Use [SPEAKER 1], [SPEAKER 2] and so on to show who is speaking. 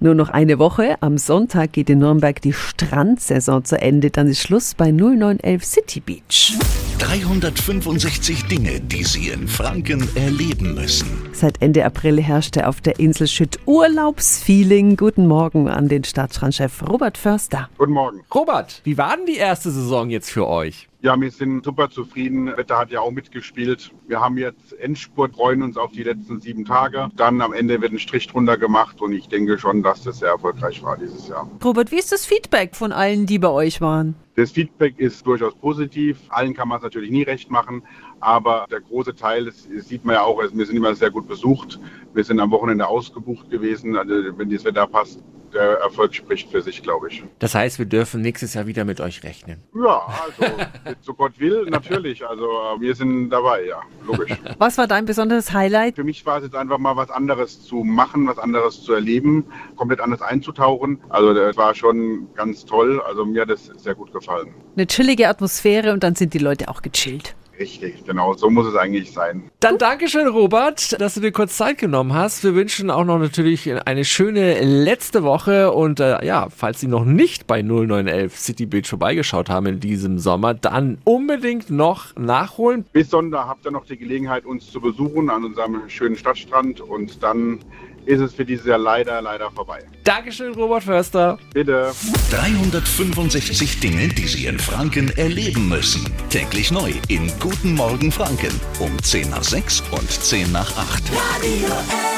[SPEAKER 1] Nur noch eine Woche. Am Sonntag geht in Nürnberg die Strandsaison zu Ende. Dann ist Schluss bei 0911 City Beach.
[SPEAKER 2] 365 Dinge, die Sie in Franken erleben müssen.
[SPEAKER 1] Seit Ende April herrschte auf der Insel Schütt Urlaubsfeeling. Guten Morgen an den Stadtstrandchef Robert Förster.
[SPEAKER 3] Guten Morgen.
[SPEAKER 4] Robert, wie war denn die erste Saison jetzt für euch?
[SPEAKER 3] Ja, wir sind super zufrieden. Wetter hat ja auch mitgespielt. Wir haben jetzt Endspurt, freuen uns auf die letzten sieben Tage. Dann am Ende wird ein Strich drunter gemacht und ich denke schon, dass das sehr erfolgreich war dieses Jahr.
[SPEAKER 1] Robert, wie ist das Feedback von allen, die bei euch waren?
[SPEAKER 3] Das Feedback ist durchaus positiv. Allen kann man es natürlich nie recht machen, aber der große Teil, das sieht man ja auch, also wir sind immer sehr gut besucht. Wir sind am Wochenende ausgebucht gewesen. Also wenn das Wetter passt, der Erfolg spricht für sich, glaube ich.
[SPEAKER 4] Das heißt, wir dürfen nächstes Jahr wieder mit euch rechnen.
[SPEAKER 3] Ja, also, so Gott will, natürlich. Also, äh, wir sind dabei, ja, logisch.
[SPEAKER 1] Was war dein besonderes Highlight?
[SPEAKER 3] Für mich war es jetzt einfach mal was anderes zu machen, was anderes zu erleben, komplett anders einzutauchen. Also, das war schon ganz toll. Also, mir hat das sehr gut gefallen.
[SPEAKER 1] Eine chillige Atmosphäre und dann sind die Leute auch gechillt.
[SPEAKER 3] Richtig, genau, so muss es eigentlich sein.
[SPEAKER 4] Dann Dankeschön, Robert, dass du dir kurz Zeit genommen hast. Wir wünschen auch noch natürlich eine schöne letzte Woche. Und äh, ja, falls Sie noch nicht bei 0911 City Beach vorbeigeschaut haben in diesem Sommer, dann unbedingt noch nachholen.
[SPEAKER 3] Bis Sonntag habt ihr noch die Gelegenheit, uns zu besuchen an unserem schönen Stadtstrand. Und dann ist es für dieses Jahr leider, leider vorbei.
[SPEAKER 4] Dankeschön, Robert Förster.
[SPEAKER 3] Bitte.
[SPEAKER 2] 365 Dinge, die Sie in Franken erleben müssen. Täglich neu in Guten Morgen Franken um 10 nach 6 und 10 nach 8.
[SPEAKER 5] Radio F.